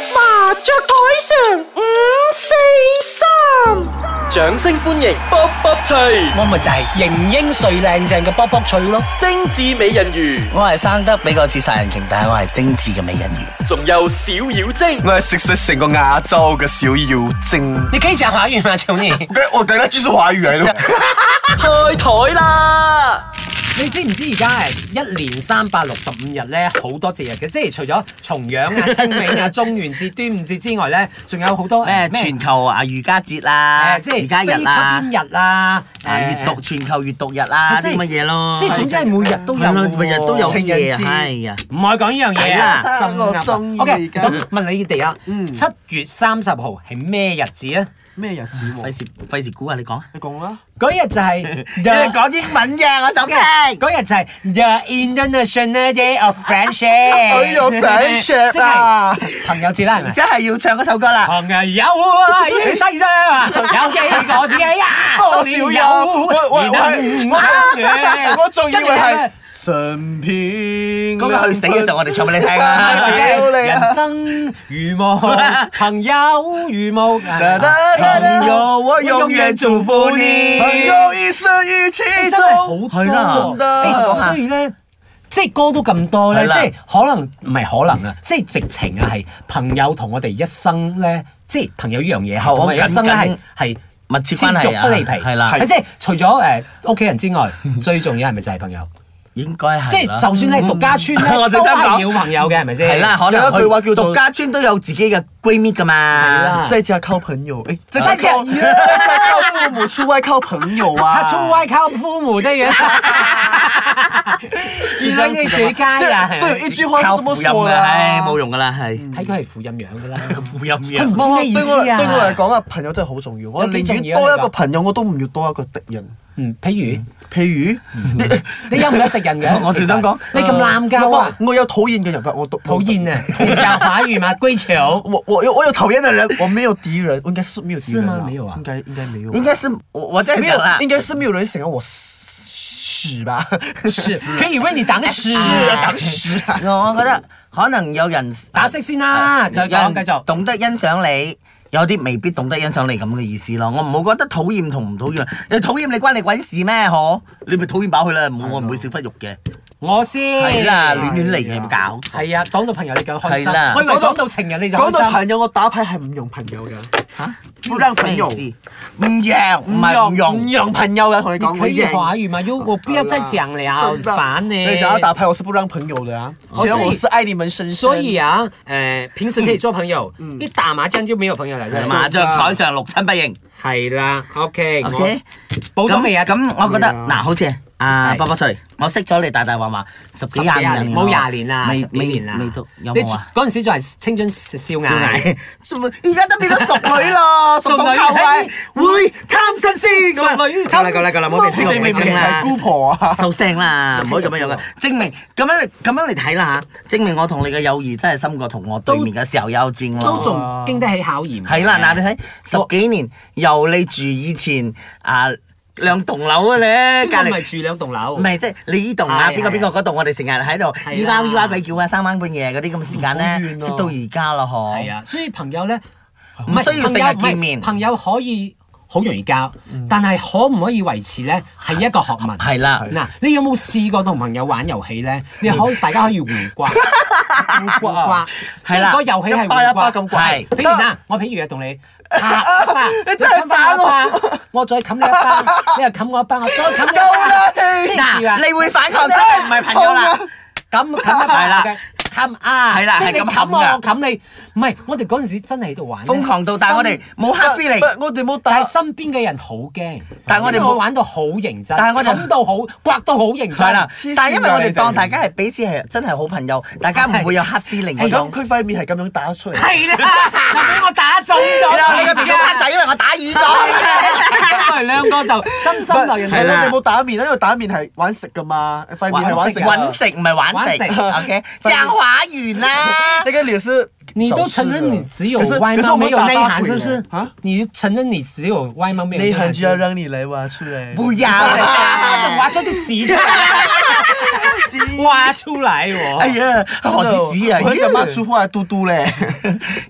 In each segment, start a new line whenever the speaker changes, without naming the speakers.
雀台上五四三，掌聲歡迎卜卜脆，
我咪就係型英帥靚正嘅卜卜脆咯。
精緻美人魚，
我係生得比較似殺人鯨，但係我係精緻嘅美人魚。
仲有小妖精，
我係食食成個亞洲嘅小妖精。
你可以講華語嗎，求你？
我等下專注華語嚟咯。
開台啦！
你知唔知而家係一年三百六十五日咧，好多節日嘅，即係除咗重陽啊、清明啊、中元節、端午節之外咧，仲有好 多
咩全球啊瑜伽節啦，
誒，即係
瑜伽日啦，
非吸煙日啦，
啊閱讀全球閱讀日啦，
即係
啲乜嘢咯，
即係總之係每日都有
係咯
喎
每日都有
情人
嘢啊
節，
係啊。
唔可以講呢樣嘢啊！
係啊
心噏啊
我中意
OK，
而家
咁問你哋啊，七月三十號係咩日子啊？
咩日子喎？
費事費事估啊！你講啊，
你講啦。
嗰日就係
講英文嘅，我就聽。
嗰日就係 The International Day of Friendship。
哎呀，friendship 啊
即係朋友節啦，係咪？
真係要唱嗰首歌啦！
朋友有啊，已世上啊，有幾個自己啊，
多
當
少
年
有
有，
喂喂
而能 安住。
我仲以為係
跟
神片。
嗰個去死嘅時候，我哋唱俾你聽
à,
啦。
屌你啊
人生如夢，朋友如夢，
得得
à,
得得
朋友我永遠祝福你。
朋友一生一起
真
走
係好多
係啦
喎，所以咧。即係歌都咁多咧，
係
即
啦
係可能唔係可能啊，即係直情啊係朋友同我哋一生咧，即係朋友呢樣嘢係
好
同我哋一生咧係
緊
係
密切關係啊
切肉不離皮，
係啦
係即係除咗誒屋企人之外，最重要係咪就係朋友？
應該係啦。
即係就算你係獨家村 咧，
我正
都
想
係
講
要朋友嘅，係咪先？
係啦，可能
有一句話叫做
獨家村都有自己嘅閨蜜噶嘛。
即係
在家靠朋友，哎，在
在家
靠在家靠父母，出外靠朋友啊。
他出 外靠父母的人，原來你最佳
即
啊！
係對，一句話是這麼
音
說
嘅，
啦。
唉，冇用噶啦，係
睇佢係副音樣㗎啦，
副音
佢
嘅。
唔知咩意
對我
思啊？
對我嚟講啊，朋友真係好重要。我
有幾
寧
重
願
要啊
多一
你
個
講
朋友，我都唔要多一個敵人。
嗯，譬如。
譬如， 呃
你有唔有敵人嘅？
我只想 講
你咁濫交啊！
我我有討厭嘅人㗎，我都
討厭啊！ 你講華語嘛？歸巢
我我有我有討厭的人，我沒有敵人，我應該是沒有敵人
是
啦
嗎沒有啊
應該應該沒有，
應該是我我真
沒
係講
有
啦，
應該是沒有人想要我死吧？
是 可以為你擋 屎，
當時啊，
我覺得可能有人
打色先啦，就講繼續。
懂得欣賞你，有啲未必懂得欣賞你咁嘅意思咯。我唔好覺得討厭同唔討厭，你討厭你關你鬼事咩？嗬，你咪討厭飽佢啦，冇我唔會少忽肉嘅。
我先
係啦，亂亂嚟嘅搞。
係啊，講到朋友你咁開心
係啦，
我以為講到情人你就
講到
開心。
朋友，我打牌係唔用朋友嘅，
不讓朋友，唔讓，唔係唔
唔
用
用唔。用朋友嘅，同你
你
講
可
我
以華
贏。
語嘛？又我不
Ờ,
要再講了，
真的
煩你。
你講到打牌，我是不讓朋友的啊，
哦
雖然
所以
我是愛你們深深。
所以啊，誒，平時可以做朋友，一打麻將就沒有朋友嚟
係
啦。
麻雀台上六親不認。
係啦，OK，我
OK，
報到未啊？
咁我覺得
未啊
嗱，好似啊，
係
波波翠，我識咗你大大話話十幾廿年啦
冇廿年啦，
未
十幾
未
年啦，
未到有冇啊？
你嗰陣時仲係青春少
少
艾，
奶， 而家都變咗熟 女咯，熟到靠位，
會貪新鮮，熟女
夠啦夠啦夠啦，唔好俾知我
你明
明
明就
㗎
係
啦。
姑婆啊，
收聲啦，唔好咁樣樣嘅，證明咁樣嚟咁樣嚟睇啦嚇，證明我同你嘅友誼真係深過同我對面嘅時候友戰咯。
都仲經得起考驗。
係啦，嗱你睇十幾年，由你住以前啊兩棟樓嘅咧，隔
邊個唔
離
係住兩棟樓？
唔係即係你依棟啊，
係
邊個邊個嗰棟，我哋成日喺度
係啦
依哇依哇鬼叫啊，三更半夜嗰啲咁時間咧，
好遠啊
識到而家啦嗬。
係啊，所以朋友咧，唔
哦唔需要成日見面
朋友唔係朋友可以好容易交，但係可唔可以維持咧係一個學問。
係啦，
嗱，你有冇試過同朋友玩遊戲咧？你可以大家可以互刮，互刮，即係
係啦
個遊戲係
一巴
互
一巴
刮
咁刮
係譬如嗱，我譬如啊，同你啪一巴，你
真係打
冚翻
我
一巴，我再冚你一巴，你又冚我一巴，我再冚你一巴，即係試
嗱
話
你會反抗真係唔啊係朋友啦。
咁冚一巴
係啦
嘅。冚啊！
係啦
即係你
係咁
冚
冚
我，
㗎
我冚你。唔係，我哋嗰陣時真係喺度玩 咧，
瘋狂到，但係我哋
身
冇黑 feeling，
不我哋冇打
但係。身邊嘅人好驚。
但係我哋冇
因為玩到好認真，
但係我哋
冚到好，刮到好認真。
係啦
黐線㗎。
但係因為我哋當
你哋
大家係彼此係真係好朋友，大家唔會有黑 feeling 嗰
我諗
種。
佢塊面係咁樣打出嚟。
係啦，就俾我打中 咗
然
啦！
後你嘅面咁黑仔，因為我打瘀咗。
我哋兩個就深深留人
係
係
啦
啦，你冇打面啦，因為打面係玩食噶嘛，塊面係玩食㗎。
揾食唔係玩食
玩食
，OK？講華語啦。
那個臉是，
你都承認你只有
可是
外
可是
貌
我
沒
們
有
打
內
大
涵，是不
腿了
是
啊？
你承認你只有外貌沒有
內
內涵
涵
是不
就要
是，
讓你來挖出來。
不要
就挖出啲屎出嚟。挖出來喎。
哎呀，何止屎啊！
我
咦
想媽出開嘟嘟咧，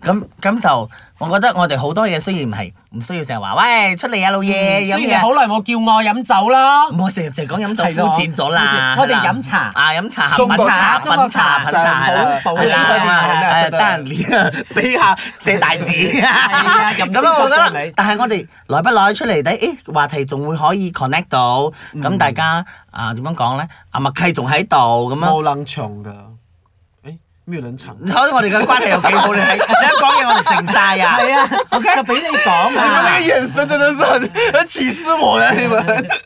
咁咁就，我覺得我哋好多嘢雖然係唔需要成日話，喂出嚟啊 老嘢飲
雖
嘢
然好
啊。
耐冇叫我飲酒啦。
唔我成日就講飲酒
係咯
膚淺咗啦，
膚淺我哋
係啦
飲茶
啊，飲茶，
中國
品
茶中國
品茶，
茶
品茶
就
係啦，
好補
係啦
充啊
係啦
係啦
係得閒練啊，俾下借大字。
啊任
咁
性作
我覺
對
得
你，
但係我哋來不來出嚟睇，誒話題仲會可以 connect 到，咁大家啊點樣講咧？啊默契仲喺度咁樣。
冇能長噶。誒，沒有人長。
睇我哋嘅關係有幾好，你睇你一講嘢我哋靜晒啊！
係啊，OK，就俾你 講啊。
眼神真的是很很歧視我啦，你們。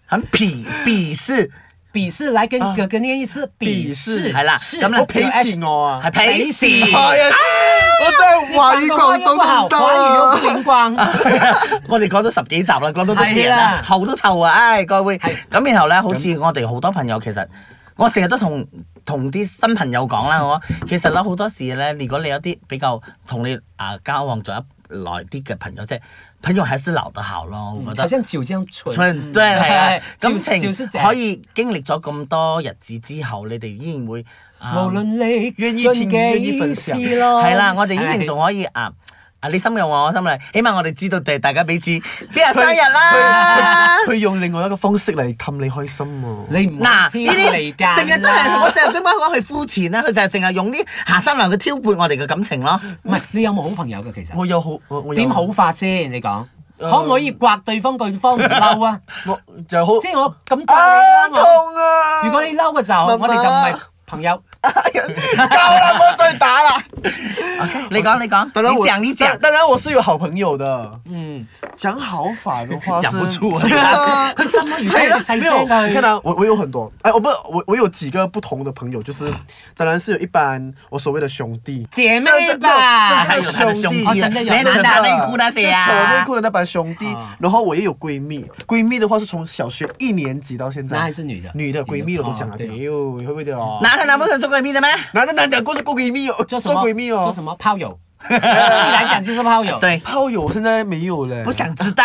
很鄙鄙視，
鄙視來跟哥哥念一次鄙視，
係啦，
是
咁咧
我鄙視我啊
係鄙
哎
視。
呀，我真係懷疑廣東
好，
得唔得
華語又
啊
不靈光。
我哋講咗十幾集啦，講到都死人
係
啦
啦，
後都臭啊！唉，該會咁，然後咧，好似我哋好多朋友其實，我成日都同同啲新朋友講啦，我其實咧好多時咧，如果你有啲比較同你啊交往咗一耐啲嘅朋友，即係朋友還是留得好咯，我覺
好
得。
像酒這樣蠢。
純對係啊
嗯係，
感
照
情
照出嚟
可以經歷咗咁多日子之後，你哋依然會啊
無論你
願意
盡
願意
幾
分
次
享
咯，
係啦，我哋依然仲可以啊啊！你心有我，我心有你，起碼我哋知道第大家彼此邊日哎生日啦。
哎佢用另外一個方式嚟氹你開心喎。
你
嗱，
唔
呢
挑離
啲
間啦
成日都係我成日點解講佢膚淺咧？佢就係淨係用啲下三濫去挑撥我哋嘅感情咯。
唔係你有冇好朋友嘅其實？
我有好，我我有嗯
點好法先？你講可唔可以刮對方對方唔嬲 啊？
我就好
即係我咁刮
啊
你啦嘛。
痛啊！
如 果你嬲嘅時候，
媽媽
我哋就唔係朋友。
夠啦，我再打啦。
你講，你講，
當然
你
我
講，你
當
講，
當然我是有好朋友的。
嗯，
講好法的話是
講不出啊。
佢心啊，如果
哎呀
佢細
沒有
聲啊，
你看啊，我我有很多，哎，我不，我我有幾個不同的朋友，就是当然是有一般我所謂的兄弟，
姐妹吧，
真
還
的
有他的兄弟，
哦真的
你
有真的
扯大內褲那
就
些
扯內
啊？
褲的那班兄弟，然後我也有閨蜜，閨蜜的話是從小學一年級到現在，
男還是女的
女的閨蜜我都講
哦
了，
對
屌，
哦
你會不會的哦？
男和男不能做閨蜜的咩？
男的男講過是過閨蜜哦，
做
做
什麼？
閨蜜
做
哦
什，麼炮 友？對你來講就是炮友。
對，
炮友現在沒有嘞，
不想知道。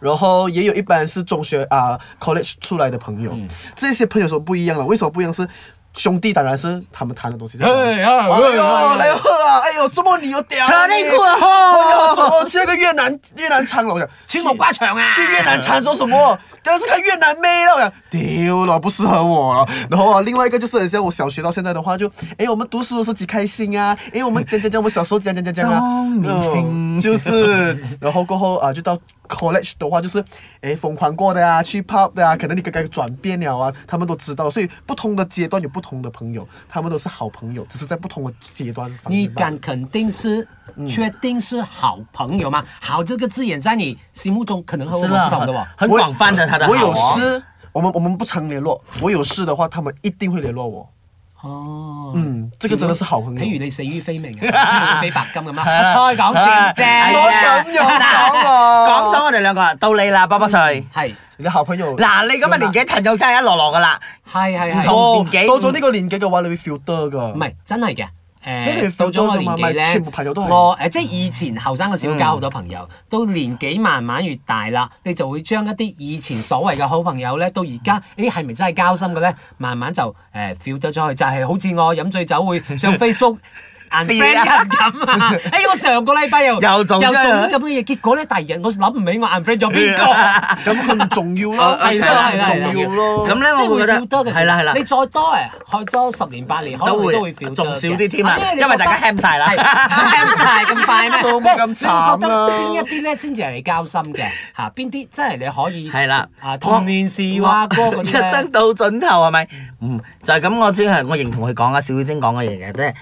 然后也有一般是中学啊、college 出来的朋友，这些朋友说不一样了。为什么不一样是？兄弟当然是他们谈的东西。哎
哎
呦，
呀哎呀
来喝啊！哎呦，这么你又屌你？
扯內褲啊！
哎呦，
吼
怎么去那个越南越南餐了？我讲
去木瓜場啊！
去越南餐做什么？但是看越南妹了，我讲丢了，不适合我了。然后啊，另外一个就是很像我小学到现在的话，就哎，我们读书的时候几开心啊！哎，我们讲讲讲，我们小时候讲讲讲讲啊，
当年情
嗯就是。然后过后啊，就到 college 的话，就是哎疯狂过的啊，去 pub 的啊，可能你刚刚转变了啊，他们都知道，所以不同的阶段有不同的朋友，他们都是好朋友，只是在不同的阶段反
你
应罢了。
敢肯定是，确定是好朋友吗？好这个字眼在你心目中
啊
可能和我
是
们
啦，
不同的
很
哦。
很
我
廣泛的他的好
我有
哦
事，我们我们不常联络。我有事的话，他们一定会联络我。
哦，
嗯，這個真的是好朋友
譬如你死於非 命啊，俾白金咁啊，我猜講笑
係
啫。
啊
我咁又講我
講咗我哋兩個，到你啦，波波翠。
係
你的好朋友
嗱，你咁嘅年紀，騰友真係一落落噶啦。
係係係，
同
哦
年紀
到咗呢個年紀嘅話，你會 feel 得噶。
唔係真係嘅。
你
誒
哋
到咗我年紀
啊咪
咧，
全部朋友都係嗯
我誒即係以前後生嘅時候交好多朋友，到年紀慢慢越大啦，你就會將一啲以前所謂嘅好朋友咧，到而家
嗯
誒係咪真係交心嘅咧？慢慢就誒 feel 得咗去，就係好似我飲醉酒會 上 Facebook。
跌啊
unfriend 人咁啊！誒，我上個禮拜又
又做
又做
咗
啲咁嘅嘢，結果咧，第二日我諗唔起我 unfriend 咗邊個。
啊咁佢唔重要
哦
咯，
啊
啊
係啦係啦係啦
重要咯。
咁咧，
即係
我
會
會覺
feel 多
得
嘅。
係啦係啦
你，再多誒，開多十年八年，可能
都
你
會
都會 feel 多
仲
嘅
少啲添啊
啊你
因為
覺
大
得
家 ham 晒啦
係 ham 晒咁快咩？
都冇咁慘啦
你覺得邊一啲咧先至係你交心嘅嚇？邊啲真係你可以
係啦
啊童年時話歌 嗰
一
啲
生
咧？
到盡頭係咪？嗯，就係咁。我只係我認同佢講啊，小雨晶講嘅嘢嘅，即係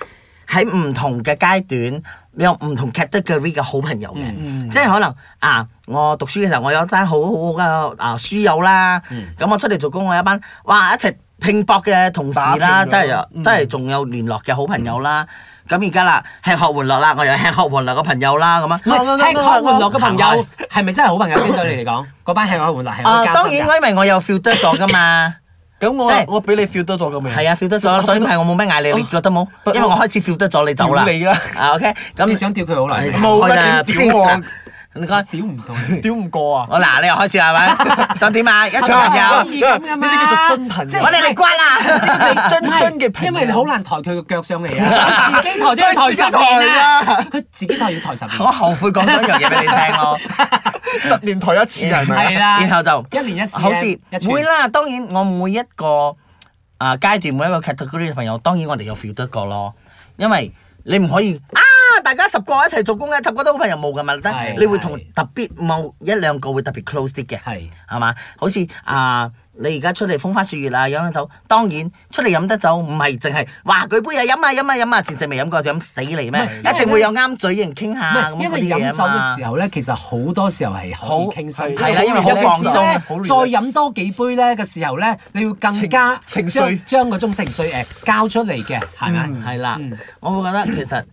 喺唔同嘅階段，你有唔同 category 嘅好朋友嘅，即係可能啊，我讀書嘅時候我有一班好好嘅啊書友啦，咁、我出嚟做工我有一班哇一齊拼搏嘅同事啦，
打拼咗
真係有真係仲有聯絡嘅好朋友啦。咁而家啦，吃喝玩樂啦，我有吃喝玩樂嘅朋友啦，咁啊，
唔係吃喝玩樂嘅朋
行開
友係咪真係好朋友先對你嚟講？嗰班吃喝玩樂係
啊
我，交
當
心
然
㗎
我因為我有 feel 得咗噶嘛。
咁
即係
我我俾你 feel 得咗嘅未？
係啊，feel 得咗，所以唔係我冇咩嗌你，你覺得冇？因為我開始 feel 得咗，你走啦。
屌你啦
啊，OK，咁
你想吊佢好耐
係
未？
冇得
開啦
點屌我
，please 啊啦你講
屌唔到你。
屌唔過啊！
我嗱你又開始係咪？想點啊？一場朋
係
友
可， 以咁噶嘛？
呢啲叫做真朋友
即係
我哋嚟關啦！
唔係
真真嘅朋友
因為你好難抬佢個腳上嚟啊！自己抬都要抬十年啊！佢自己抬要抬十
我
年，
後悔講咗一樣嘢俾你聽咯。
十年抬一次係咪？啊
係啦。
啊然後就
一年一次咧，
好似
一串
會啦，當然我每一個啊階段每一個 category 嘅朋友，當然我哋有 feel 得過咯，因為你唔可以啊，大家十個一齊做工嘅，十個都好朋友冇㗎嘛，得
係
你會同
係
特別某一兩個會特別 close 啲嘅，
係
係嘛？好似啊。你而家出嚟風花雪月啊，飲飲酒，當然出嚟飲得酒唔係淨係哇舉杯啊飲啊飲啊飲啊，前世未飲過就飲死你咩？
唔係
一定會有啱嘴型傾
唔
下咁
係，因
嗰
為
啲嘢
飲
啊
酒嘅
嘛
時。候咧，其實好多時候係
好
可以傾心事，
係
啦因為好放鬆
尤其
好
是
relax
咧再飲多幾杯咧嘅時候咧，你會更加
情情緒
將將嗰種情緒誒交出嚟嘅，係咪？
係啦
嗯，
我會覺得其實。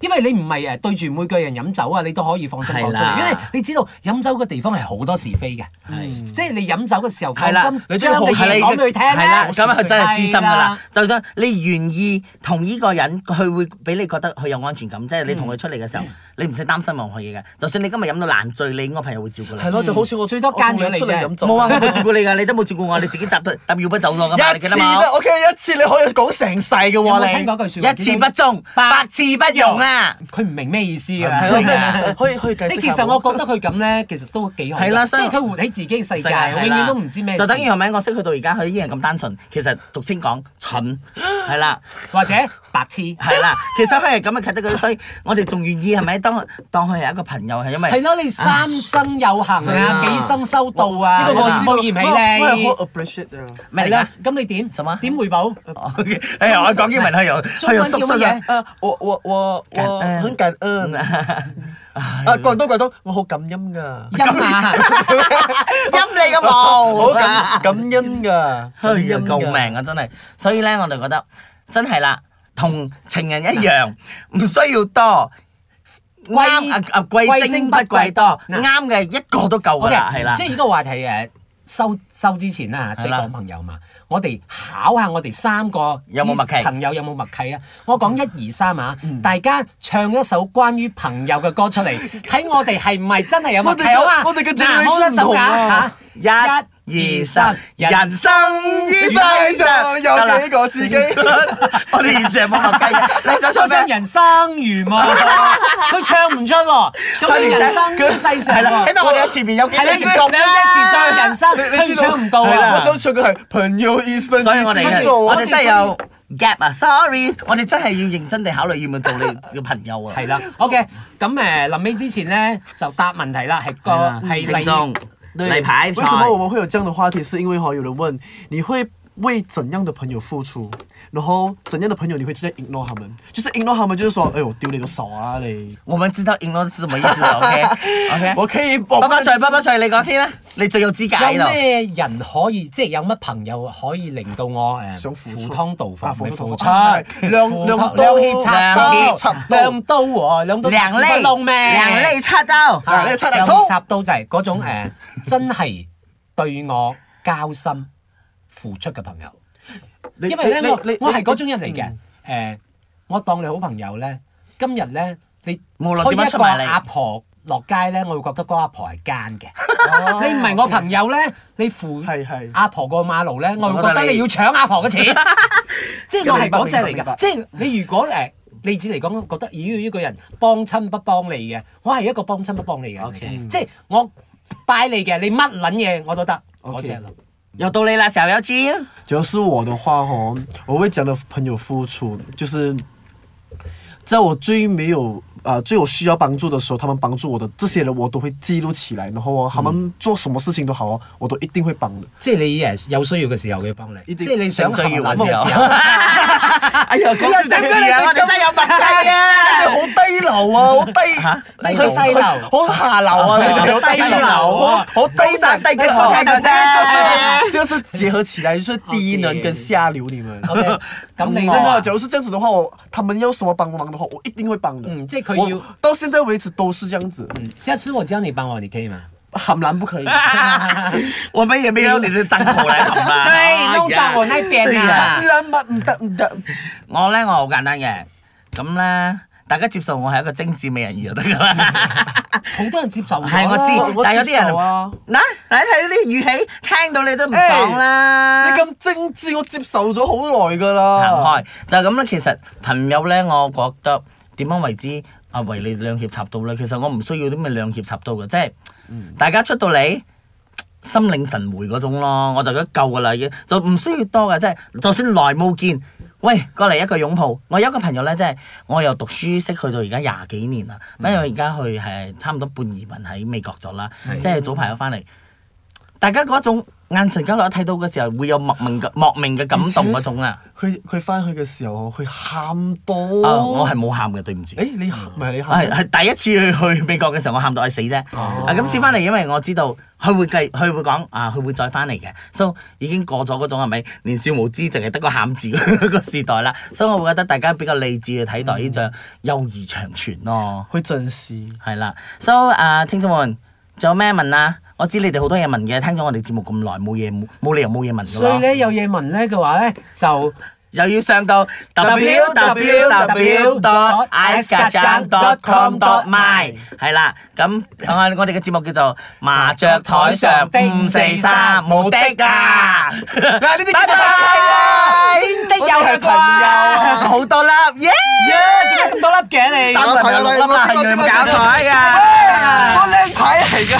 因為你唔係誒對住每個人飲酒啊，你都可以放心講出
係啦
嚟，因為你知道飲酒嘅地方係好多是非嘅，即係你飲酒嘅時候放
係啦
心，
你
將
將
嘅
好
係啦
嘢講俾佢聽
係
啦
啦，。咁啊佢真係知心噶
係
啦。。就算你願意同呢個人，佢會俾你覺得佢有安全感，即
嗯
係你同佢出嚟嘅時候，你唔使擔心任何嘢嘅。就算你今日飲到爛醉，你應該朋友會照顧你。
係咯，就好似我
最多間咗你啫
我同出嚟飲酒，
冇啊，我冇照顧你㗎，你都冇照顧我，你自己搭搭要不走咗㗎啊嘛，你
一
記
次
得
啫
冇？
，OK，一次你可以講成世嘅
有冇
喎，
聽
你
過一句説話？
一次不忠，百次不容啊！
佢唔明咩意思㗎
係
啦。
咯可以可以解釋
誒，
下
其實我覺得佢咁咧，其實都幾好。
係啦
即
所以
係佢活喺自己嘅世界，
係
永
啦
遠都唔知咩事。
就等於後尾我識佢到而家，佢依然咁單純。其實俗稱講蠢，係啦。
或者白痴。
係啦，其實佢係咁嘅 c a t 所以我哋仲願意係咪當當佢係一個朋友，係因為
係咯，你三生有幸
真
啊，
啊
幾生修道啊，
呢個我
唔
知
好
道
嫌棄
我
你
我。好 appreciate 啊。
咩嚟
係
㗎
啦？，咁你點？
什麼
點匯報？
哎呀，我講英文佢又佢又縮
中文叫乜
縮
嘢
啊！
啊，我我我
感
我
恩
很感恩啊！廣東廣東，我好感恩噶，
音啊！
陰你個
好
毛
感感恩噶，感
哎呀
恩
救
㗎
命啊！真係，所以咧我哋覺得真係啦，同情人一樣，唔需要多。
貴
啱啊啊！貴精不貴多，
嗱
啱嘅一個都夠㗎
OK，
啦，係啦
即。係呢個話題誒收收之前啦，即係
係啦
講朋友嘛，我哋考下我哋三個
有冇默契
朋友有冇默契啊？我講一二三啊，大家唱一首關於朋友嘅歌 出嚟，睇我哋係唔係真係有默契好啊？
我哋嘅
嗱，好
generation
一首
唔同
㗎
啊
嚇，
一、二、三，人生於
世
世
上
上
有幾個自 己？
我哋完全係冇合計嘅。你想
我
唱
想
咩？
人生 如夢，佢唱唔出喎，咁你人生於世上
係啦，起
喎。
碼我哋有前面有幾
係啦，
隻
你
字
兩
作
隻字再人生，佢唔唱唔到
係
啊
啦！我！想唱嘅係朋友一生一世，
所以我哋
真係
係我哋真係有 gap 啊，sorry，我哋真係要認真地考慮要唔要做你嘅朋友啊。
係啦，OK，咁誒臨尾之前咧就答問題啦，係個係
聽眾
例
對
例牌
为什么我
賽，
们会有这样的话题？是因为哈，有人问你会为怎样的朋友付出，然后怎样的朋友你会直接 ignore 他们，就是 ignore 他们，就是说，哎呦，丢你个手啊你！
我們知道 ignore 是什麼意思啦，OK
我
OK。
可以，
爸
我
爸賽，爸爸賽，你講先啦，你最有資格喺
有
度。
咩人可以即係有乜朋友可以令到我誒
想付出
湯道
啊
火，
付
咪
出
付出
係兩
付
兩
出
刀
兩肋插刀，
兩肋
插刀
兩刀喎，兩刀插
兩
屎忽
肋
窿咩？
兩肋插刀，
啊
兩肋插大
兩
刀
插刀就係嗰種誒真係對我交心付出嘅朋友。
你
因為
你
咧，我
你
我
你嗯
係嗰種人嚟嘅。誒，我當你好朋友咧，今日咧，你
無論
推
點樣
一
出
個
賣你
阿婆落街咧，我會覺得嗰個阿婆係奸 嘅。你唔係我朋友咧，你扶
哦係係
阿婆過馬路咧，我會
我
覺
覺
得
得
你
你
要搶阿婆嘅 錢。即係我係嗰只
明白
嚟
明
㗎。
白
即係你如果誒。例子嚟講，我覺得咦呢個人幫親不幫你嘅，我係一個幫親不幫你嘅
OK
即係我拜你嘅，你乜撚嘢我都得嗰
OK
只咯。
有道理啦，小友知。
主要是我的话哦，我为讲的朋友付出，就是在我最没有啊、呃最有需要帮助的时候，他们帮助我的这些人，我都会记录起来，然后哦，他们做什么事情都好哦，我都一定会帮的。
即係你誒有需要嘅時候，佢要幫你。
一
即
定
係你想
有需要嘅
含撚
時候
嘅時候。
哎呀，講笑真啲啊，我哋真係有默契啊！
好低流啊，好 低
嚇
低流
好下流啊， 你哋好低
低流
流，
啊
好好低
山低腳
好
好低腳啫
哎就是结合起来就是低能跟下流，你们。
OK，咁啊你
真的，假如是这样子的话，我他们要什么帮忙的话，我一定会帮的。
嗯即係佢要
我到现在为止都是这样子，
嗯下次我教你幫我，你可以嗎？。
含蓝不可以。
我们也没有你的张口来好嘛 哎
对弄脏我那边啊
对呀
蓝嘛唔得唔得，
我咧我好簡單嘅，咁咧大家接受我係一個精緻美人魚就得㗎啦。
好多人接受㗎啊
係我
哦
知，
我
但係有啲
接
人
受啊
嗱，睇睇呢啲語氣，聽到你都唔爽啦。
啊
你咁精緻，我接受咗好耐㗎啦。
行開，就係咁啦。其實朋友咧，我覺得點樣為之啊？為你兩肋插刀咧，其實我唔需要啲咩兩肋插刀嘅，即係、大家出到嚟。心領神會嗰種咯，我就覺得夠噶啦，已經就唔需要多嘅，即係就算耐冇見，喂過嚟一個擁抱。我有一個朋友咧，即係我由讀書識去到而家廿幾年啦，因為我而家去係差唔多半移民喺美國咗啦，即係早排我翻嚟，大家嗰種眼神交流一睇到嘅時候，會有莫名嘅莫名嘅感動嗰種啊！
佢佢翻去嘅時候，佢喊到。
哦
啊！我係冇喊嘅，對唔住。
誒，你喊唔係你
哎
喊
係。係第一次去去美國嘅時候，我喊到係死啫。
哦
啊咁先翻嚟，因為我知道佢會繼，佢會講啊，佢會再翻嚟嘅。所以已經過咗嗰種係咪年少無知，淨係得個喊字嗰 個時代啦。所以我會覺得大家比較理智去睇待
嗯
呢種友誼長存咯。
去陣時，
係啦，so 啊、聽眾們，仲有咩問啊？我知你哋好多嘢問嘅，聽咗我哋節目咁耐，冇嘢冇冇理由冇嘢問㗎
所以
啦。
咧有嘢問咧嘅話咧，就
又要上到 www.icekacang.com.my 係啦，咁我我哋嘅節目叫做麻雀台上五四三無敵啊！
嗱呢啲
拜拜，天敵有係朋友，好多粒耶！
做咩咁多粒嘅你？
等我朋友六粒啊，係咪搞錯啊？
我靚牌嚟㗎。